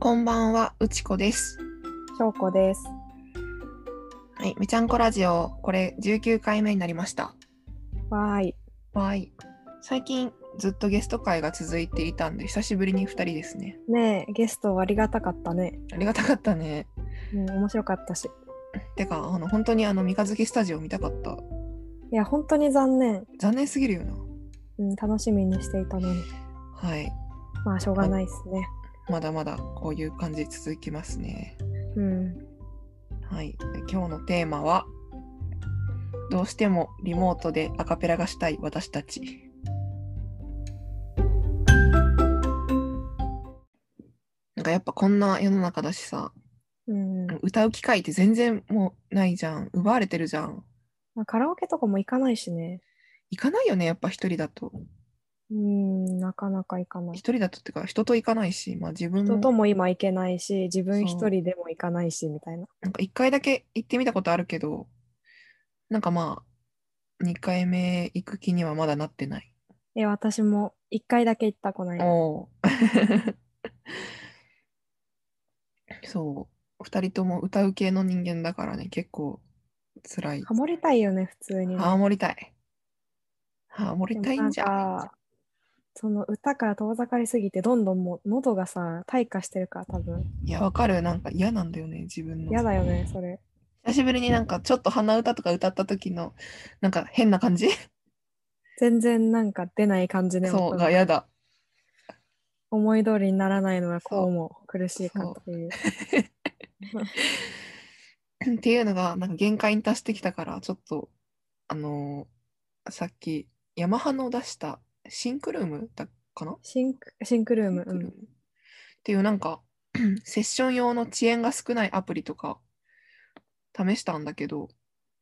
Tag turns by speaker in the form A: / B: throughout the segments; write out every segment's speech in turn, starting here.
A: こんばんは、うちこです。
B: 翔子です。
A: はい、めちゃんこラジオ、これ19回目になりました。
B: わーい。
A: わーい。最近ずっとゲスト会が続いていたんで、久しぶりに2人ですね。
B: ねえ、ゲストありがたかったね。
A: ありがたかったね。
B: うん、面白かったし。
A: てか、あの本当にあの三日月スタジオ見たかった。
B: いや、本当に残念。
A: 残念すぎるよな。
B: うん、楽しみにしていたのに。
A: はい、
B: まあ、しょうがないですね。
A: まだまだこういう感じ続きますね。
B: うん。
A: はい、で今日のテーマは、どうしてもリモートでアカペラがしたい私たち。なんかやっぱこんな世の中だしさ、
B: うん。
A: 歌う機会って全然もうないじゃん。奪われてるじゃん。
B: まあ、カラオケとかも行かないしね。
A: 行かないよね、やっぱ一人だと。
B: うん、なかなか行かない。
A: 一人だとってか、人と行かないし、まあ自分
B: 人と
A: も、
B: も今行けないし、自分一
A: そう
B: 人でも行かないし、みたいな。
A: なんか一回だけ行ってみたことあるけど、なんかまあ、二回目行く気にはまだなってない。
B: え、私も一回だけ行った、こないだ。
A: おお。 そう。二人とも歌う系の人間だからね、結構辛い。
B: ハモりたいよね、普通にね。
A: ハモりたい。ハモりたいんじ
B: で
A: ゃ
B: もなんかその歌から遠ざかりすぎてどんどんもう喉がさ退化してるから多分
A: ん。いや、わかる。なんか嫌なんだよね、自分の。
B: 嫌だよねそれ
A: 久しぶりになんかちょっと鼻歌とか歌った時の、なんか変な感 じ、
B: 全然なんか出ない感じね
A: そう、
B: 音
A: が嫌だ。
B: 思い通りにならないのがこうも苦しいかっていう
A: っていうのが、なんか限界に達してきたから、ちょっと、あのーさっき、ヤマハの出したシンクルームだっかな
B: シンクシンクルーム、
A: Zoom っていうなんか セッション用の遅延が少ないアプリとか試したんだけど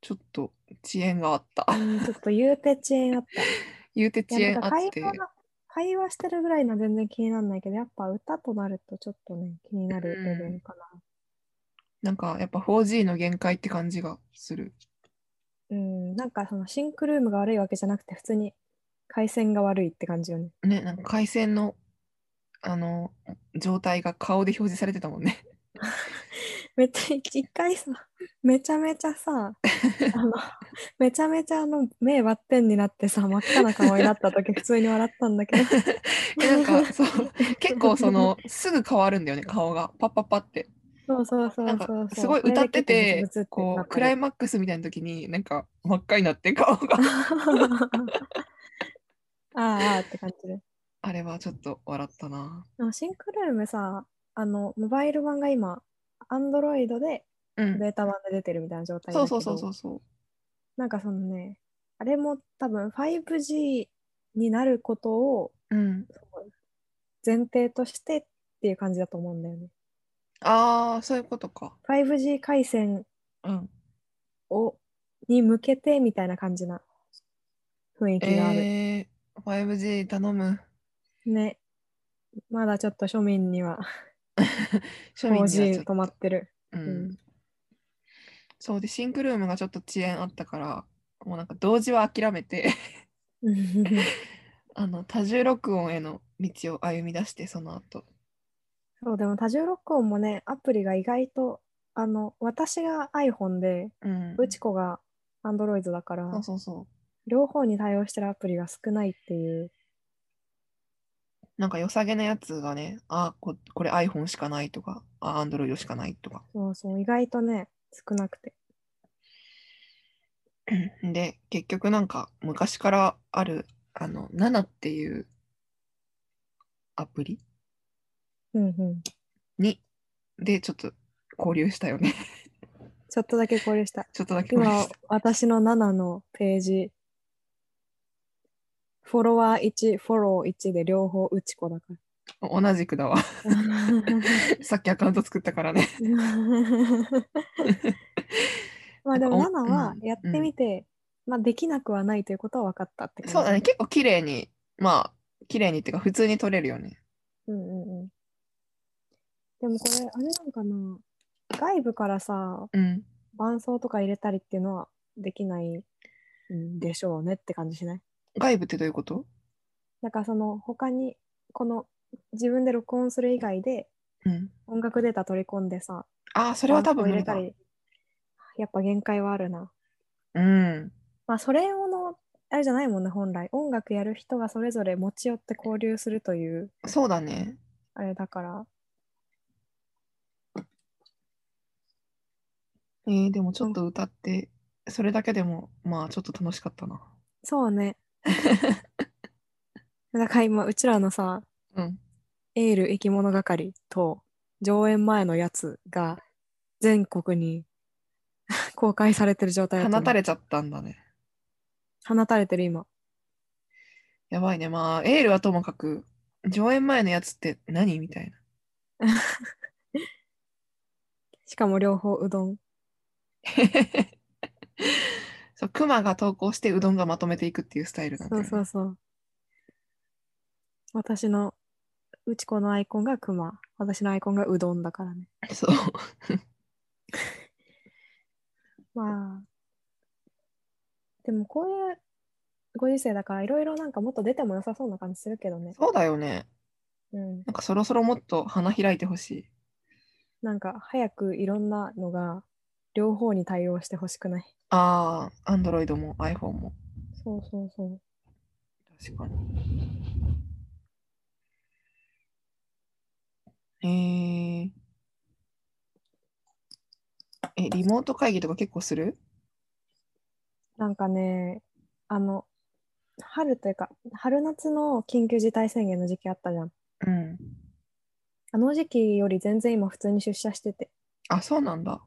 A: ちょっと遅延があった
B: うんうんちょっと言うて遅延あった
A: 言うて 遅
B: いやな
A: 延あっ
B: んか会
A: て
B: 話会話してるぐらいのは全然気にならないけどやっぱ歌となるとちょっとね気になるレベルかな
A: なんかやっぱ 4G の限界って感じがする
B: うん、なんかそのシンクルームが悪いわけじゃなくて普通に回線が悪いって感じよね
A: ねなんか回線のあの状態が顔で表示されてたもんね
B: めっちゃ一回さめちゃめちゃさあのめちゃめちゃあの目割ってんになってさ真っ赤な顔になっ た時普通に笑ったんだけど
A: えなん かそう結構そのすぐ変わるんだよね顔がパッパッパって
B: そうそうそう
A: なん
B: そ
A: か
B: うそう
A: すごい
B: それで
A: 歌ってて
B: 結構ブツブツって
A: こ
B: な
A: うん
B: か
A: クライマックスみたいな時になんか真っ赤になって顔 が
B: ああああって感じで
A: あれはちょっと笑ったな
B: でもシンクルームさあのモバイル版が今アンドロイドで
A: うん
B: ベータ版で出てるみたいな状態だ
A: そ
B: け
A: う
B: ど
A: そうそうそうそう
B: なんかそのねあれも多分 5G になることを
A: うん、
B: 前提としてっていう感じだと思うんだよね。
A: ああそういうことか。
B: 5G 回線
A: うん、
B: をに向けてみたいな感じな雰囲気がある。
A: えー、5G 頼む。
B: ね。まだちょっと庶民には
A: 庶民にはちょ
B: 4G
A: っ
B: 止まって る。
A: う
B: うんん、
A: そうでシンクルームがちょっと遅延あったからもうなんか同時は諦めて あの多重録音への道を歩み出してその後
B: そう、でも多重録音もね、アプリが意外と、あの、私が iPhone で、
A: うん
B: うちこが Android だから、
A: そうそうそ
B: 両方に対応してるアプリが少ないっていう。
A: うなんか良さげなやつがねあここれ iPhone しかないとかあ Android しかないとか
B: そうそう、意外とね、少なくて。
A: で結局なんか昔からあるあの7っていうアプリ
B: うんうん。
A: にでちょっと交流したよね
B: ちょっとだけ交流した。
A: ちょっとだけ交流
B: 今
A: し、
B: 私の7のページ、フォロワー1、フォロー1で両方うちこだか
A: た同じくだ わ
B: ら。
A: さっきアカウント作ったからね
B: まあでも
A: なんかお
B: 7は
A: うん
B: やってみて、まあできなくはないということは分かったって感じ。
A: そうだね。結構綺麗にまあ綺麗にっていうか普通に撮れるよね
B: うんうんうん。でもこれ、あれなんかな、外部からさ、
A: うん
B: 伴奏とか入れたりっていうのはできないんでしょうねって感じしない
A: 外部ってどういうこと
B: なんかその他にこの自分で録音する以外で
A: うん。
B: 音楽データ取り込んでさ、
A: ああ、そ
B: そ
A: れは多分
B: 入
A: 無
B: れ
A: 理
B: た
A: だ。
B: り、やっぱ限界はあるな。
A: うん。
B: まあ、それをの、あれじゃないもんね、本来。音楽やる人がそれぞれ持ち寄って交流するという、
A: そうだね。
B: あれだから、
A: えー、でもちょっと歌って、それだけでも、まあちょっと楽しかったな。
B: そう ね。だから今、うちらのさ、
A: うん。
B: エール生き物係と上演前のやつが全国に 公開されてる状態だった
A: 放
B: の
A: たれちゃったんだね。
B: 放たれてる今。
A: やばいね。まあ、エールはともかく、上演前のやつって何みたいな。
B: しかも両方うどん。
A: そう、クマが投稿してうどんがまとめていくっていうスタイルなんだよ
B: そう
A: ね
B: そうそう。私のうちこのアイコンがクマ。私のアイコンがうどんだからね。
A: そう。
B: まあ。でもこういうご時世だからいろいろなんかもっと出ても良さそうな感じするけどね。
A: そうだよね。
B: うん。
A: なんかそろそろもっと花開いてほしい。
B: なんか早くいろんなのが両方に対応してほしくない。
A: ああ、アンドロイドも iPhone も。
B: そうそうそう。
A: 確かに。えー、え、リモート会議とか結構する
B: なんかね、あの、春というか、春夏の緊急事態宣言の時期あったじゃん。
A: うん。
B: あの時期より全然今普通に出社してて。
A: あ、そうなんだ。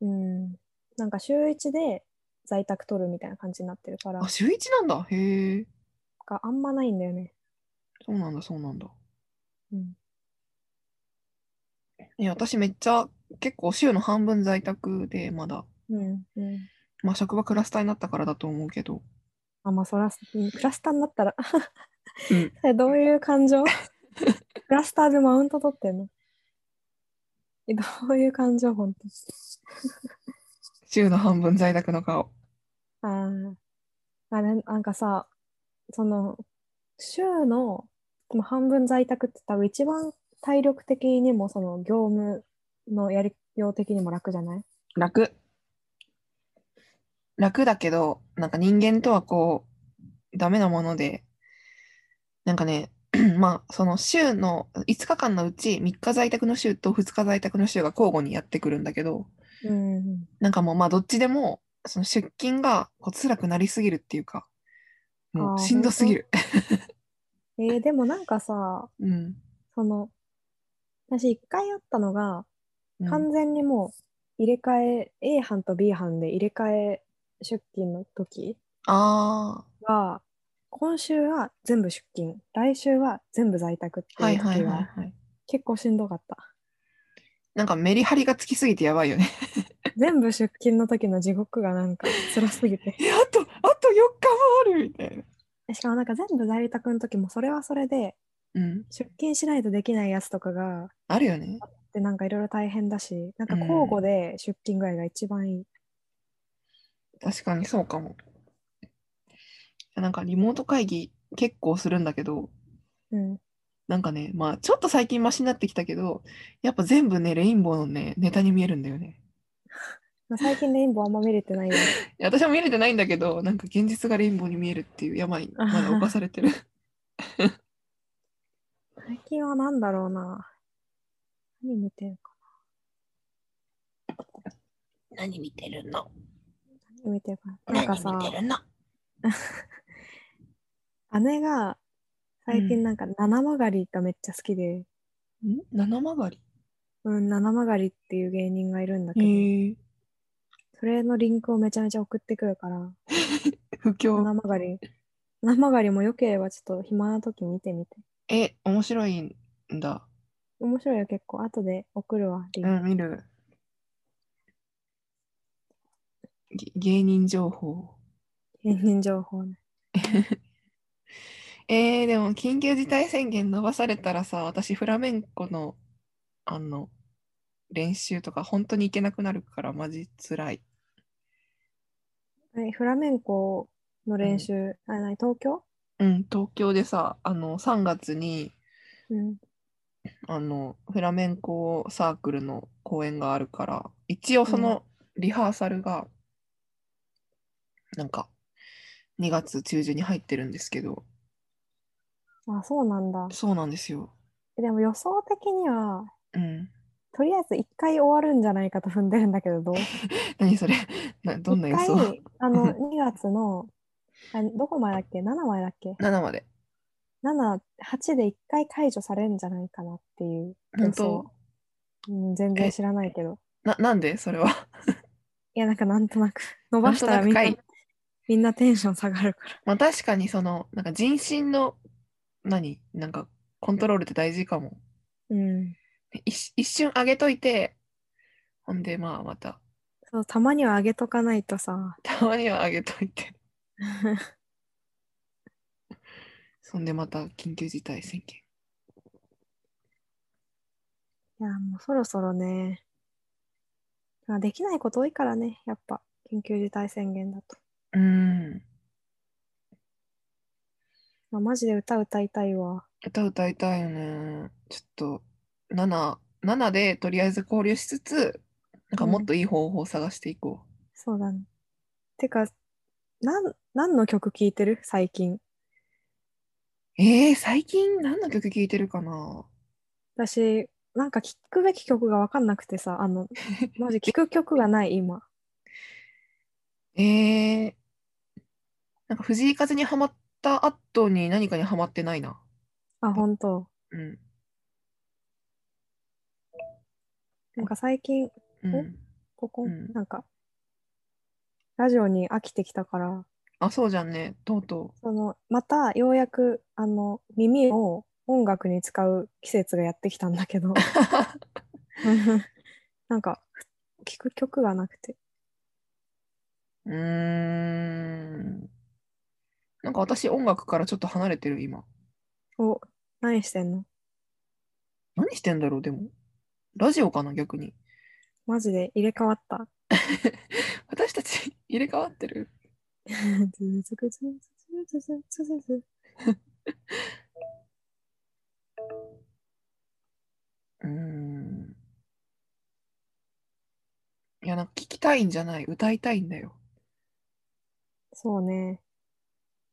B: うん。なんか週1で在宅取るみたいな感じになってるから
A: あ、、週一なんだ。へえ。
B: があんまないんだよね。
A: そうなんだ、そうなんだ。
B: うん。
A: え、私めっちゃ結構週の半分在宅でまだ、
B: うん。うん。
A: まあ職場クラスターになったからだと思うけど、
B: あ、まあそら、うんクラスターになったら
A: うん、
B: それどういう感情クラスターでマウント取ってんのえどういう感情本当
A: 週の半分在宅の顔。
B: あーあれ、なんかさ、その、週のまあ半分在宅って多分一番体力的にもその業務のやりよう的にも楽じゃない
A: 楽。楽だけど、なんか人間とはこう、ダメなもので、なんかね、 まあ、その週の5日間のうち3日在宅の週と2日在宅の週が交互にやってくるんだけど、
B: うん。
A: なんかもうまあどっちでも、その出勤がこう辛くなりすぎるっていうか、も
B: あ
A: う
B: ー
A: しんどすぎる。
B: えーでもなんかさ、
A: うん。
B: その、私一回あったのが、
A: うん
B: 完全にもう入れ替え、A 班と B 班で入れ替え出勤の時
A: あ
B: は、今週は全部出勤、来週は全部在宅って
A: あ、はいいうはい
B: 時
A: はい
B: は
A: はい。
B: 結構しんどかった。
A: なんかメリハリがつきすぎてやばいよね。
B: 全部出勤の時の地獄がなんか辛すぎて
A: え、 あと、あと4日もあるみたいな。
B: しかもなんか全部在宅の時もそれはそれで
A: うん。
B: 出勤しないとできないやつとかが
A: あるよね。
B: でなんかいろいろ大変だしなんか
A: うん
B: 交互で出勤具合が一番いい、
A: 確かにそうかも。なんかリモート会議結構するんだけど、
B: うん、
A: なんかね、まあちょっと最近マシになってきたけど、やっぱ全部ね、レインボーのね、ネタに見えるんだよね。
B: まあ最近レインボーあんま見れてないよ
A: いや私も見れてないんだけど、なんか現実がレインボーに見えるっていう病にまだ侵されてる。
B: 最近は何だろうな何見てるか
A: 何見てるの
B: 何見てるかなんかさ
A: るの
B: 姉が最
A: う
B: 近
A: ん
B: なんか七曲りがめっちゃ好きで、
A: ん七曲がり
B: うん、七曲りっていう芸人がいるんだけど、
A: へえ、
B: それのリンクをめちゃめちゃ送ってくるから
A: 不況。
B: 七曲がり。七曲がりも良ければちょっと暇な時見てみて。
A: え、面白いんだ。
B: 面白いよ結構。後で送るわ。リン
A: う
B: ク
A: ん、見る。げ芸人情報。
B: 芸人情報ね。
A: えー、でも緊急事態宣言伸ばされたらさ、私フラメンコの、あの、練習とか本当に行けなくなるからマジ辛い。
B: えフラメンコの練習、あれ何東京
A: うん、東京でさ、あの、3月に
B: うん。
A: あのフラメンコサークルの公演があるから一応そのリハーサルがなんか2月中旬に入ってるんですけど
B: あ、そうなんだ。
A: そうなんですよ。
B: でも予想的には、
A: うん、
B: とりあえず一回終わるんじゃないかと踏んでるんだけど、どう
A: 何それなどんな予
B: 一
A: 想
B: 回あの、2月の、あどこ前だっけ ?7 前だっけ
A: ?7 まで。
B: ?7、8で一回解除されるんじゃないかなっていう予
A: 本
B: 想
A: 当。
B: うん、全然知らないけど。
A: ななんでそれは
B: いや、なんかなんとなく伸ばしたらみんな
A: なんとなく
B: みんなテンション下がるから。
A: まあ確かにそのなんか人心の何なんかコントロールって大事かも。
B: うん。
A: 一一瞬上げといてほんでまあまた
B: そう、たまには上げとかないとさ。
A: たまには上げといてそんでまた緊急事態宣言。
B: いや、もうそろそろね。まあできないこと多いからね、やっぱ、緊急事態宣言だと。
A: うん
B: まあ、マジで歌歌いたいわ。
A: 歌歌いたいよね。ちょっと7 7でとりあえず交流しつつなんかもっといい方法を探していこう。
B: そうだね。てか、なん、何の曲聴いてる最近。
A: えー、最近何の曲聴いてるかな
B: 私、なんか聴くべき曲が分かんなくてさ、あの、マジ聴く曲がない、今。
A: えー、なんか藤井風にハマった後に何かにハマってないな。
B: あ、本当。
A: うん。
B: なんか最近、
A: うん、
B: ここ、
A: うん
B: なんか、ラジオに飽きてきたから、
A: あ、そうじゃんね。とうと
B: その、また、ようやく、あの、耳を音楽に使う季節がやってきたんだ けど、
A: う。
B: なんか、聴く曲がなくて。
A: うーん。なんか私音楽からちょっと離れてる今。
B: お、何してんの
A: 何してんだろうでも。ラジオかな逆に。
B: マジで入れ替わった。
A: 私たち 入れ替わってる
B: ずずくずずずずずずず
A: うーん。いや、なんか聞きたいんじゃない。歌いたいんだよ。
B: そうね。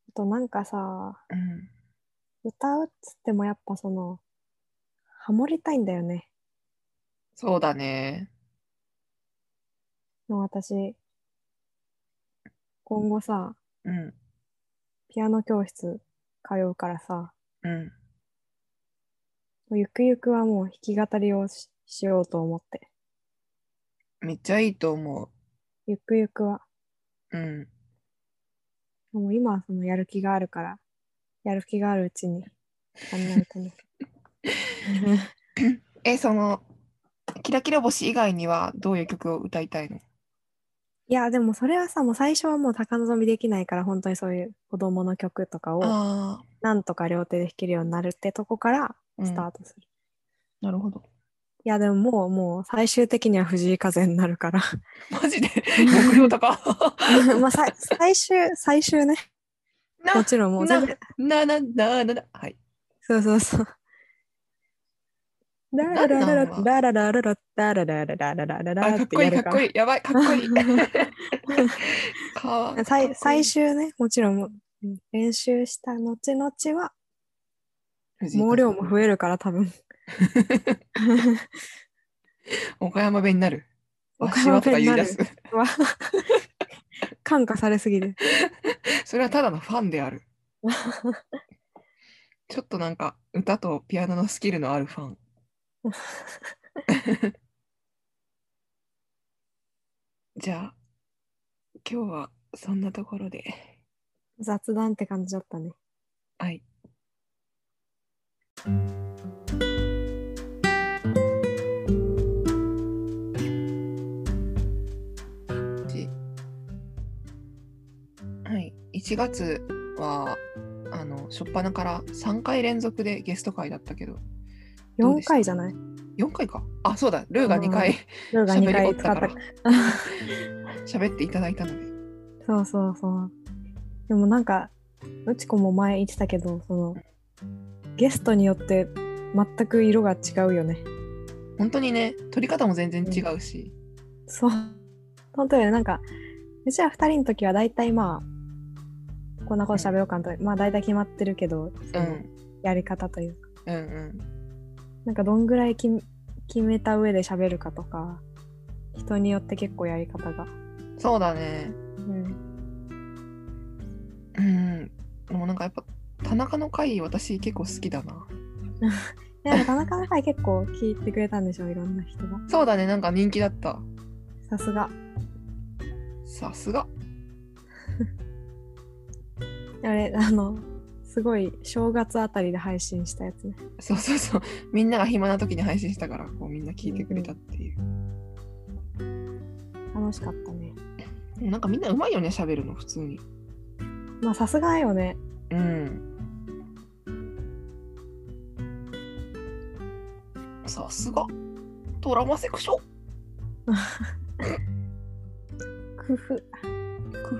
B: あとなんかさ、
A: うん。
B: 歌うっつってもやっぱその、ハモりたいんだよね。
A: そうだね。
B: でも私、今後さ、
A: うん。
B: ピアノ教室通うからさ、
A: うん。
B: もうゆくゆくはもう弾き語りをししようと思って。
A: めっちゃいいと思
B: ゆくゆくは。
A: う。うん。
B: もう今はそのやる気があるから、やる気があるうちに考えたね。
A: え、その、キラキラ星以外にはどういう曲を歌いたいの
B: いや、でもそれはさ、もう最初はもう高望みできないから、本当にそういう子供の曲とかを、
A: あ
B: なんとか両手で弾けるようになるってとこから
A: あ、
B: スター
A: うん
B: トする。
A: なるほど。
B: いや、でももう、もう最終的には藤井風になるから。
A: マジで 目標高
B: まあ、さい最終、最終ね。
A: な
B: もちろんもう全部、
A: なななななはい。
B: そうそうそう。ララララ
A: なん
B: ラ
A: なん
B: ラララララララララララララ
A: あ、か
B: っ
A: ってこい
B: や
A: い、かっ
B: るか
A: こいい。やばい、かっこ いい。かわ
B: ら。最最
A: 初、
B: 終ね、もちろんもう、うん練習した後々は、
A: 藤井
B: 毛
A: 風
B: 量も増えるから、多分。
A: 岡山弁になる。
B: 岡
A: 岡
B: 山
A: 山
B: 弁
A: 弁
B: に
A: に
B: な
A: な
B: る
A: る。
B: わ感化されすぎる。
A: それはただのファンである。ちょっとなんか歌とピアノのスキルのあるファン。 じゃあ今日はそんなところで。
B: 雑談って感じだったね。
A: はい。じはい、1月はあの初っ端から3回連続でゲスト会だったけどどうで
B: 4
A: した
B: 回じゃない
A: 4回かあそうだルーが2
B: う
A: 回
B: ルーが2
A: 喋りお
B: 回
A: っ
B: 使
A: た
B: っ
A: か
B: た
A: ら喋っていただいたので
B: そうそうそう。でもなんか、うちこも前言ってたけど、その、ゲストによって全く色が違うよね。
A: 本当にね、取り方も全然違うし。
B: そう。本当よね。なんか、うちら二人の時は大体まあ、こんなこと喋ろうかんと、まあ大体決まってるけど、その
A: うん、
B: やり方というか、
A: うん、うん。
B: なんかどんぐらいき決めた上で喋るかとか、人によって結構やり方が。
A: そうだね。
B: うん。
A: うん。でもなんかやっぱ、田中の会、私結構好きだな。
B: でも田中の会結構聞いてくれたんでしょ、いろんな人が。
A: そうだね、なんか人気だった。
B: さすが。
A: さすが。
B: あれ、あの、すごい正月あたりで配信したやつね。
A: そうそうそう。みんなが暇な時に配信したから、こうみんな聞いてくれたっていう。
B: 楽しかったね。
A: でもなんかみんなうまいよね、喋るの、普通に。
B: まあさすがよね。
A: うん。さすが。トラマセクション
B: 工夫。
A: 工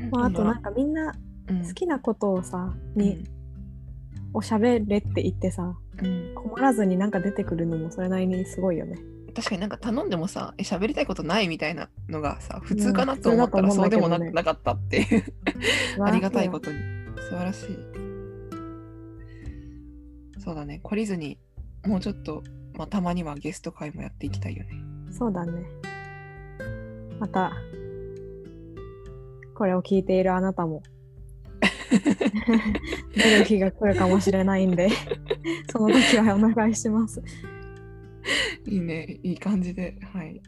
A: 夫。
B: まああとなん
A: か、
B: かみんな
A: うん
B: 好きなことをさ、
A: うん
B: に、おしゃべれって言ってさ、
A: うん
B: 困らずになんか出てくるのもそれなりにすごいよね。
A: 確かになんか頼んでもさ、え喋りたいことないみたいなのがさ、普通かなと
B: うん
A: 思ったら
B: 普通
A: そう
B: だ
A: で
B: と思
A: も
B: う
A: な
B: んだけどね。
A: なかったっていう。ありがたいこととに。素晴らしい。そうだね、懲りずに、もうちょっと、まあ、たまにはゲスト会もやっていきたいよね。
B: そうだね。また、これを聞いているあなたも、 出る日が来るかもしれないんで、その時はお願いします。
A: いいね、いい感じで。はい。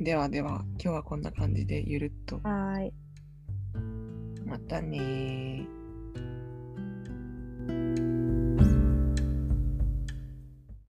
B: う
A: ではでは、今日はこんな感じでゆるっと。
B: はーい。
A: またねー